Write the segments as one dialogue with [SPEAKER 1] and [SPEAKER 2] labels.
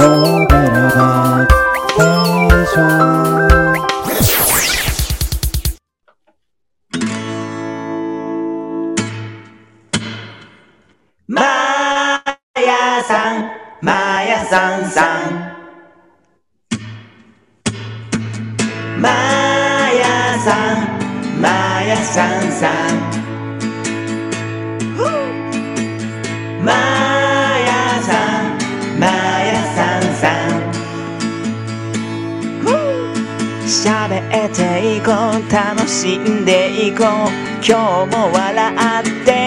[SPEAKER 1] のベラが最初
[SPEAKER 2] まーやさん、まーやさんさん。まーやさん、まーやさんさん。まーやさん、まーやさんさん。しゃべっていこう、楽しんでいこう。今日も笑って。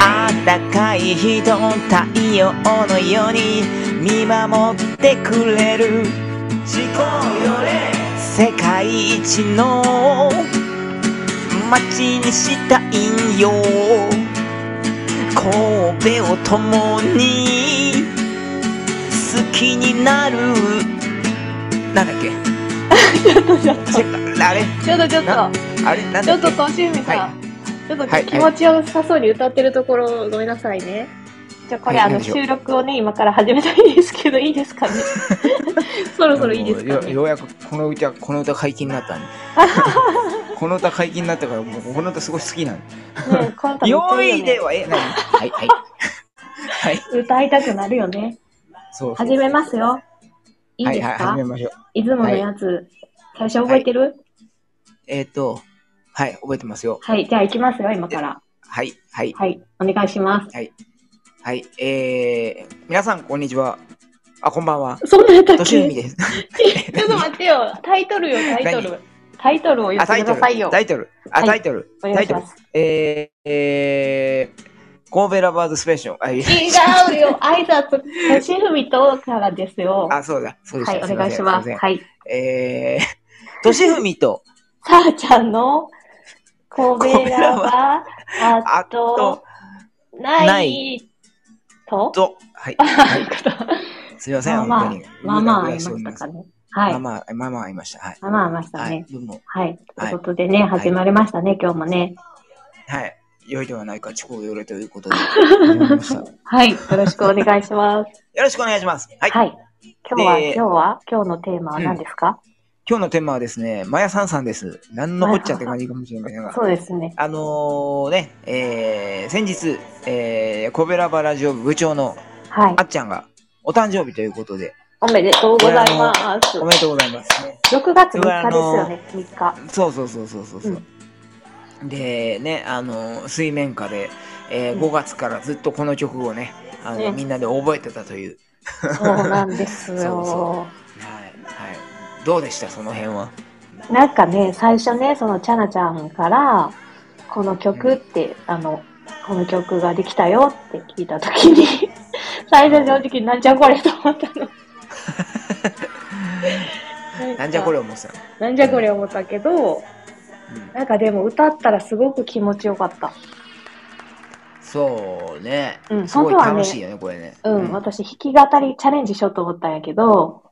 [SPEAKER 2] あったかい人太陽のように見守ってくれる世界一の街にしたいんよ神戸を共に好きになるなんだっけちょっとあれ
[SPEAKER 3] ちょっとちょっと、
[SPEAKER 2] なあれなん
[SPEAKER 3] ち
[SPEAKER 2] だ
[SPEAKER 3] ょ
[SPEAKER 2] っ
[SPEAKER 3] っと
[SPEAKER 2] け
[SPEAKER 3] としみさん、ちょっと
[SPEAKER 2] はい
[SPEAKER 3] 気持ちよさそうに歌ってるところ、ごめんなさいね。じゃあこれ、
[SPEAKER 2] はい
[SPEAKER 3] あ
[SPEAKER 2] 何
[SPEAKER 3] の
[SPEAKER 2] でしょう
[SPEAKER 3] 収録をね、今から始めたいんですけど、いいですかね。 そろそろいいですか
[SPEAKER 2] もう
[SPEAKER 3] ね
[SPEAKER 2] よ。ようやくこの歌この歌解禁になった んでこの歌解禁になったからもうこの歌すごい好きなんで
[SPEAKER 3] ねこの歌めっち
[SPEAKER 2] 用
[SPEAKER 3] ゃいい
[SPEAKER 2] 意
[SPEAKER 3] よね
[SPEAKER 2] ではえ何はいはいはい
[SPEAKER 3] 歌いたくなるよね。
[SPEAKER 2] そうそう
[SPEAKER 3] 始めますよ。いいです
[SPEAKER 2] はいはい始
[SPEAKER 3] か
[SPEAKER 2] めましょう
[SPEAKER 3] いつものやつ、最初覚えてる
[SPEAKER 2] えっ、とはい覚えてますよ
[SPEAKER 3] はい、じゃあ行きますよ、今から。
[SPEAKER 2] はいはい
[SPEAKER 3] はい、お願いします。
[SPEAKER 2] はいえー、皆さんこんにちはあこんばん は
[SPEAKER 3] そんなやったっけ
[SPEAKER 2] としゅうみです
[SPEAKER 3] ちょっと待ってよ、タイトルよ、タイトル。タイトルを言
[SPEAKER 2] あ
[SPEAKER 3] って
[SPEAKER 2] タイ
[SPEAKER 3] く
[SPEAKER 2] ト
[SPEAKER 3] だ
[SPEAKER 2] ル
[SPEAKER 3] さいよ
[SPEAKER 2] タ。イトルあ、
[SPEAKER 3] はい
[SPEAKER 2] タイトル
[SPEAKER 3] お
[SPEAKER 2] タ
[SPEAKER 3] 願い
[SPEAKER 2] イ
[SPEAKER 3] し
[SPEAKER 2] トル
[SPEAKER 3] ます。
[SPEAKER 2] えー、えー、神戸ラバーズスペーションあいや
[SPEAKER 3] 違うよ、挨拶、としふみとからですよ。
[SPEAKER 2] あそうだそうでし
[SPEAKER 3] は
[SPEAKER 2] た
[SPEAKER 3] い、お願いします。
[SPEAKER 2] せんせん
[SPEAKER 3] はい。
[SPEAKER 2] えー、としふみと
[SPEAKER 3] さあちゃんの、神戸らは、 あ
[SPEAKER 2] あ
[SPEAKER 3] っと
[SPEAKER 2] と、
[SPEAKER 3] な、
[SPEAKER 2] ない
[SPEAKER 3] と
[SPEAKER 2] と、はい。
[SPEAKER 3] あ
[SPEAKER 2] すいません、
[SPEAKER 3] まあまあ
[SPEAKER 2] 本当に。、
[SPEAKER 3] まあまあ、あ
[SPEAKER 2] ご
[SPEAKER 3] り
[SPEAKER 2] 迷惑
[SPEAKER 3] まし
[SPEAKER 2] がかけ
[SPEAKER 3] た
[SPEAKER 2] て
[SPEAKER 3] かね。は
[SPEAKER 2] お
[SPEAKER 3] い。
[SPEAKER 2] りますまあ
[SPEAKER 3] ま
[SPEAKER 2] まあ、まあまあ、いました。はい。
[SPEAKER 3] あまあ、ありました
[SPEAKER 2] はい
[SPEAKER 3] ね。。
[SPEAKER 2] どうも、
[SPEAKER 3] はい。と
[SPEAKER 2] はい
[SPEAKER 3] いうことでね、始まりましたね、今日もね。
[SPEAKER 2] はい。良いではないか、遅刻よれという ことで。始まりましたよ
[SPEAKER 3] はい。よろしくお願いします。
[SPEAKER 2] ろしくお願いします。はい。
[SPEAKER 3] はい。今日は、
[SPEAKER 2] で
[SPEAKER 3] 今日は、今日のテーマは何ですか
[SPEAKER 2] 今日のテーマはですね、まやさんさんです。なんのこっちゃって感じかもしれませんが。
[SPEAKER 3] そうですね。
[SPEAKER 2] あのー、ね、えー、先日、えー、コベラバラジオ部部長の
[SPEAKER 3] はい
[SPEAKER 2] あ。っちゃんが、お誕生日ということで、
[SPEAKER 3] おめでとうございます
[SPEAKER 2] お。めでとうございます。
[SPEAKER 3] 6月3
[SPEAKER 2] これあ
[SPEAKER 3] 日ですよ
[SPEAKER 2] の
[SPEAKER 3] ね、3日。
[SPEAKER 2] そうそうそうそうそうそう、でねあの水面下で、え
[SPEAKER 3] う
[SPEAKER 2] ー、
[SPEAKER 3] ん
[SPEAKER 2] 5月からずっとこの曲をねあの、
[SPEAKER 3] ね
[SPEAKER 2] みんなで覚えてたという
[SPEAKER 3] そうなんです
[SPEAKER 2] そう
[SPEAKER 3] よ
[SPEAKER 2] そ。はい、はい、どうでしたその辺は
[SPEAKER 3] なんかね、最初ね、そのチャナちゃんから、この曲って、あの、この曲ができたよって聞いたとき に、最初正直、なんじゃこれと思ったの。
[SPEAKER 2] なんじゃこれ
[SPEAKER 3] れ
[SPEAKER 2] 思ってたの、
[SPEAKER 3] なんじゃこれ思ったけど、
[SPEAKER 2] うん
[SPEAKER 3] なんかでも歌ったらすごく気持ちよかった。
[SPEAKER 2] そうね、
[SPEAKER 3] うん
[SPEAKER 2] すごい
[SPEAKER 3] 本当はね
[SPEAKER 2] 楽しいよねこれね
[SPEAKER 3] うん、
[SPEAKER 2] うん
[SPEAKER 3] 私弾き語りチャレンジしようと思ったんやけど、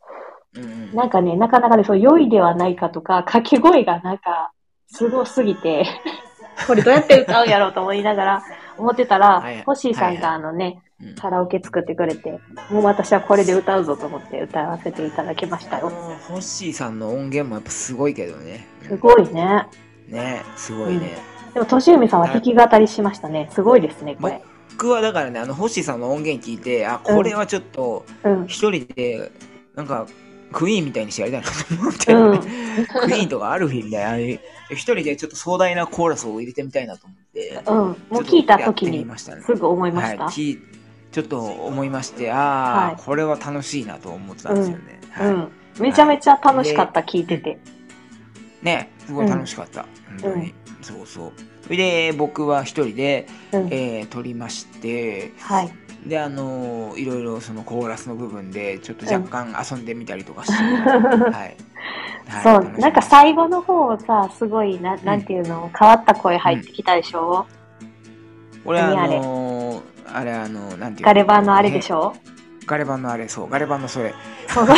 [SPEAKER 2] うん
[SPEAKER 3] なんかね、なかなかね、そう、良いではないかとか、掛け声がなんか、すごすぎて、 これどうやって歌うんやろうと思いながら、思ってたら、
[SPEAKER 2] はい
[SPEAKER 3] 星さんが
[SPEAKER 2] は
[SPEAKER 3] あの
[SPEAKER 2] う
[SPEAKER 3] ね、
[SPEAKER 2] ん
[SPEAKER 3] カラオケ作ってくれて、もう私はこれで歌うぞと思って歌わせていただきました
[SPEAKER 2] あ
[SPEAKER 3] よ。
[SPEAKER 2] のホッシーさんの音源もやっぱすごいけどねうん
[SPEAKER 3] すごいね。
[SPEAKER 2] ねすごいね、
[SPEAKER 3] でも、としうみさんは弾き語りしましたね。すごいですね、これ。
[SPEAKER 2] 僕はだからねあのホッシーさんの音源聞いてあこれはちょっと、
[SPEAKER 3] うん。
[SPEAKER 2] 一人でなんかクイーンみたいにしてやりたいなと思って、
[SPEAKER 3] うん
[SPEAKER 2] クイーンとかアルフィーみたいなああいう一人でちょっと壮大なコーラスを入れてみたいなと思って
[SPEAKER 3] うん。もう聞いた時
[SPEAKER 2] ちょっとやってみ
[SPEAKER 3] に、
[SPEAKER 2] ましたね
[SPEAKER 3] すぐ思いました。
[SPEAKER 2] はい聞いちょっと思いましてああ、
[SPEAKER 3] はい
[SPEAKER 2] これは楽しいなと思ってたんですよね、
[SPEAKER 3] う
[SPEAKER 2] はい
[SPEAKER 3] ん。めちゃめちゃ楽しかった、聞いてて。
[SPEAKER 2] ねすごい楽しかった、本当に、そうそうそれで僕は一人で、
[SPEAKER 3] うん。
[SPEAKER 2] えー撮りまして
[SPEAKER 3] はい。
[SPEAKER 2] であのーいろいろそのコーラスの部分でちょっと若干遊んでみたりとか して、はい、はい
[SPEAKER 3] そう、
[SPEAKER 2] 楽しみ
[SPEAKER 3] なんか最後の方さ、すごいな、なんていうの、変わった声入ってきたでしょ、
[SPEAKER 2] 俺あ
[SPEAKER 3] 何あれ
[SPEAKER 2] のー、あれあのー、なんていう
[SPEAKER 3] ガレ版のあれでし
[SPEAKER 2] ょ
[SPEAKER 3] ょ、
[SPEAKER 2] ガレ版のあれそうガレ版のそれ
[SPEAKER 3] そうそう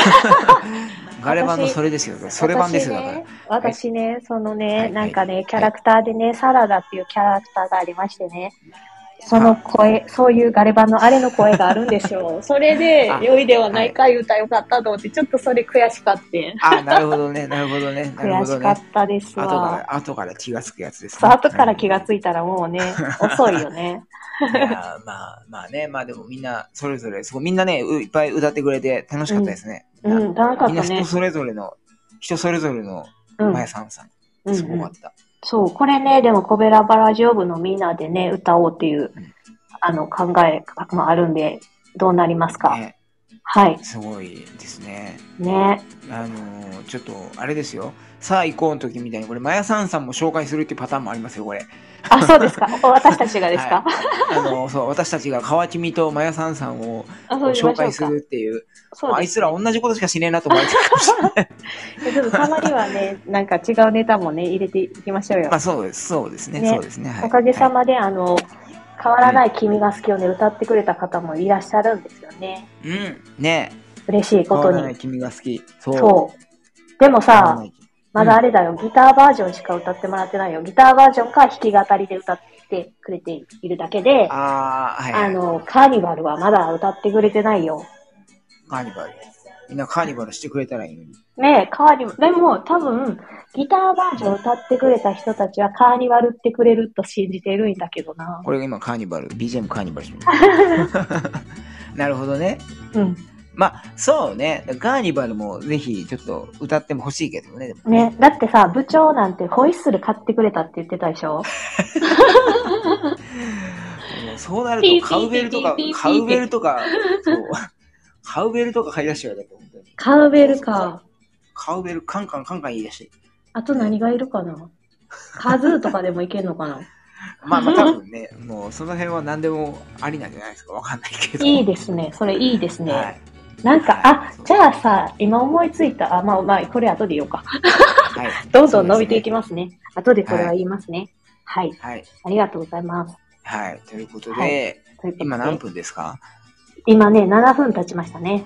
[SPEAKER 2] ガレ版のそれですよ それ版ですよだ
[SPEAKER 3] 私
[SPEAKER 2] から
[SPEAKER 3] ね、私ね、そのね、
[SPEAKER 2] はい
[SPEAKER 3] なんかね、
[SPEAKER 2] はい
[SPEAKER 3] キャラクターでね、サラダっていうキャラクターがありましてね、その声、そういうガレ版のあれの声があるんでしょう。それ で
[SPEAKER 2] あ、
[SPEAKER 3] 良いではないか言うたらよかったと思って、ちょっとそれ悔しかって。
[SPEAKER 2] あ、なるほどね、なるほどね、なるほ
[SPEAKER 3] 悔
[SPEAKER 2] ど
[SPEAKER 3] しか
[SPEAKER 2] ね
[SPEAKER 3] っ。たです
[SPEAKER 2] 後か
[SPEAKER 3] わ。
[SPEAKER 2] ら、後から気がつくやつです、
[SPEAKER 3] そう、後から気が
[SPEAKER 2] く。
[SPEAKER 3] ついたらもうね、遅い よね。
[SPEAKER 2] いやーまあ、まあね、まあでもみんな、それぞれ、すごいみんなね、ういっぱい歌ってくれて楽しかったですね。
[SPEAKER 3] うん、楽しかっ
[SPEAKER 2] みんな
[SPEAKER 3] た
[SPEAKER 2] 人
[SPEAKER 3] ね。
[SPEAKER 2] それぞれの、人それぞれの、
[SPEAKER 3] うん
[SPEAKER 2] まやさんさん、
[SPEAKER 3] うん
[SPEAKER 2] すご
[SPEAKER 3] う
[SPEAKER 2] か
[SPEAKER 3] ん
[SPEAKER 2] っ。た。
[SPEAKER 3] そう、これね、でも、コベラバラジオ部のみんなでね、歌おうっていう、あの、考えもあるんで、どうなりますか。
[SPEAKER 2] ね、
[SPEAKER 3] はい。
[SPEAKER 2] すごいですね。
[SPEAKER 3] ね。
[SPEAKER 2] あのーちょっと、あれですよ。さあ行こうの時みたいに、これ、まやさんさんも紹介するっていうパターンもありますよ、 これ。
[SPEAKER 3] あ、そうで すか。お私たちがですか。
[SPEAKER 2] はい、あのそう私たちが川君とまやさんさんを
[SPEAKER 3] あ、そうしま
[SPEAKER 2] 紹
[SPEAKER 3] しょ
[SPEAKER 2] 介
[SPEAKER 3] う
[SPEAKER 2] す
[SPEAKER 3] か。
[SPEAKER 2] るっていう
[SPEAKER 3] そう
[SPEAKER 2] あ
[SPEAKER 3] で
[SPEAKER 2] い
[SPEAKER 3] す。
[SPEAKER 2] つら同じことしかしねえなと思われてるか もしれない
[SPEAKER 3] でも、たまに はね、なんか違うネタもね、入れていきましょうよ
[SPEAKER 2] ま。あそうですそうですね
[SPEAKER 3] ね
[SPEAKER 2] そうですね、はい、
[SPEAKER 3] おかげさ
[SPEAKER 2] はい
[SPEAKER 3] まで、あの、変わらない君が好きをね、歌ってくれた方もいらっしゃるんですよね。
[SPEAKER 2] うんね
[SPEAKER 3] 嬉しい
[SPEAKER 2] 変
[SPEAKER 3] こ
[SPEAKER 2] わ
[SPEAKER 3] と
[SPEAKER 2] らない
[SPEAKER 3] に。
[SPEAKER 2] 君が好きそう
[SPEAKER 3] そう。でも
[SPEAKER 2] 変わら
[SPEAKER 3] さ
[SPEAKER 2] な、い君
[SPEAKER 3] まだあれだよ、ギターバージョンしか歌ってもらってないよ。ギターバージョンか弾き語りで歌ってくれているだけで、あ
[SPEAKER 2] ああはい
[SPEAKER 3] の、カーニバルはまだ歌ってくれてないよ。
[SPEAKER 2] カーニバルみんなカーニバルしてくれたらいいのに
[SPEAKER 3] ねえ、カーニバル。でも、多分、ギターバージョン歌ってくれた人たちはカーニバルってくれると信じてるんだけどな。
[SPEAKER 2] これが今カーニバル BGM カーニバルしてる なるほどね
[SPEAKER 3] うん。
[SPEAKER 2] まあそうねカーニバルもぜひちょっと歌っても欲しいけどねでも
[SPEAKER 3] ね、だってさ、部長なんてホイッスル買ってくれたって言ってたでしょ
[SPEAKER 2] もうそうなると、カウベルとか
[SPEAKER 3] ピーピーピーピーピーピ、ー
[SPEAKER 2] カウベルとか、そうカウベルとか買い出してよだって、本当に。
[SPEAKER 3] カウベルか。
[SPEAKER 2] カウベルカンカンカンカン言い出して。
[SPEAKER 3] あと何がいるかなカズーとかでもいけんのかな
[SPEAKER 2] まあまあ多分ね、もうその辺は何でもありなんじゃないですか。わかんないけど。
[SPEAKER 3] いいですね。それいいですね。
[SPEAKER 2] はい。
[SPEAKER 3] なんか、
[SPEAKER 2] は
[SPEAKER 3] あ
[SPEAKER 2] い、
[SPEAKER 3] じゃあさ、今思いついた、あ、まあまあ、これ後で言おうか。
[SPEAKER 2] はい。
[SPEAKER 3] どんどん伸びていき
[SPEAKER 2] ま
[SPEAKER 3] ますね。後でこれは言いますね。はい、
[SPEAKER 2] す。はい。
[SPEAKER 3] ありがとうございます。
[SPEAKER 2] はい。ということで、
[SPEAKER 3] はということで
[SPEAKER 2] 今何分ですか
[SPEAKER 3] 今ね、7分経ちましたね。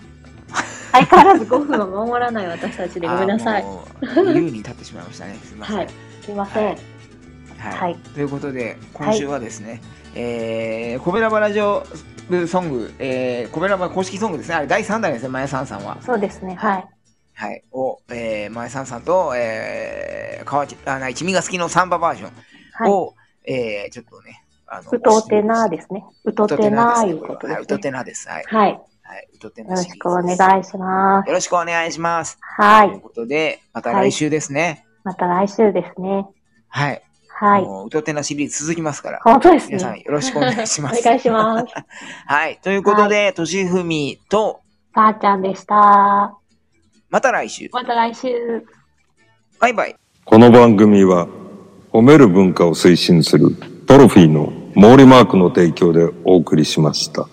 [SPEAKER 3] 相変わらず5分を守らない私たちでごめんなさ
[SPEAKER 2] あ
[SPEAKER 3] い。
[SPEAKER 2] ー。もう優に立ってしまいましたね。すみません。
[SPEAKER 3] はいすいません。
[SPEAKER 2] は
[SPEAKER 3] はいい、
[SPEAKER 2] ということで今週はですね、えー、コベラバラジオ部ソング、えー、コベラバ公式ソングですねあれ第3弾ですねまやさんさんは、
[SPEAKER 3] そうですね、はい。
[SPEAKER 2] はい、を、えー、まやさんさんと、えー、川地あない君が好きのサンババージョ
[SPEAKER 3] は
[SPEAKER 2] ン
[SPEAKER 3] い。
[SPEAKER 2] を、えー、ちょっとねあの
[SPEAKER 3] うとうてなーですね。うと
[SPEAKER 2] う
[SPEAKER 3] うてなーいう
[SPEAKER 2] と
[SPEAKER 3] こと
[SPEAKER 2] てなですねこれははいうとてなですはい、
[SPEAKER 3] ですね。はい。よ
[SPEAKER 2] はい、うとてな
[SPEAKER 3] ろ
[SPEAKER 2] シリー
[SPEAKER 3] し
[SPEAKER 2] ズ
[SPEAKER 3] くお願
[SPEAKER 2] です
[SPEAKER 3] いします。
[SPEAKER 2] よろしくお願いします、
[SPEAKER 3] は
[SPEAKER 2] という
[SPEAKER 3] い。
[SPEAKER 2] ことでまた来週ですね
[SPEAKER 3] また来週ですね。
[SPEAKER 2] はい、
[SPEAKER 3] はい。
[SPEAKER 2] もううとてなシリーズ続きますから
[SPEAKER 3] 本当です
[SPEAKER 2] 皆さん
[SPEAKER 3] ね。
[SPEAKER 2] よろしくお願いし
[SPEAKER 3] お
[SPEAKER 2] ます
[SPEAKER 3] 願いします。
[SPEAKER 2] はい。ということで、としふみと、
[SPEAKER 3] さーちゃんでした。
[SPEAKER 2] また来週。
[SPEAKER 3] また来週。
[SPEAKER 2] バイバイ。
[SPEAKER 4] この番組は褒める文化を推進するトロフィーの毛利マークの提供でお送りしました。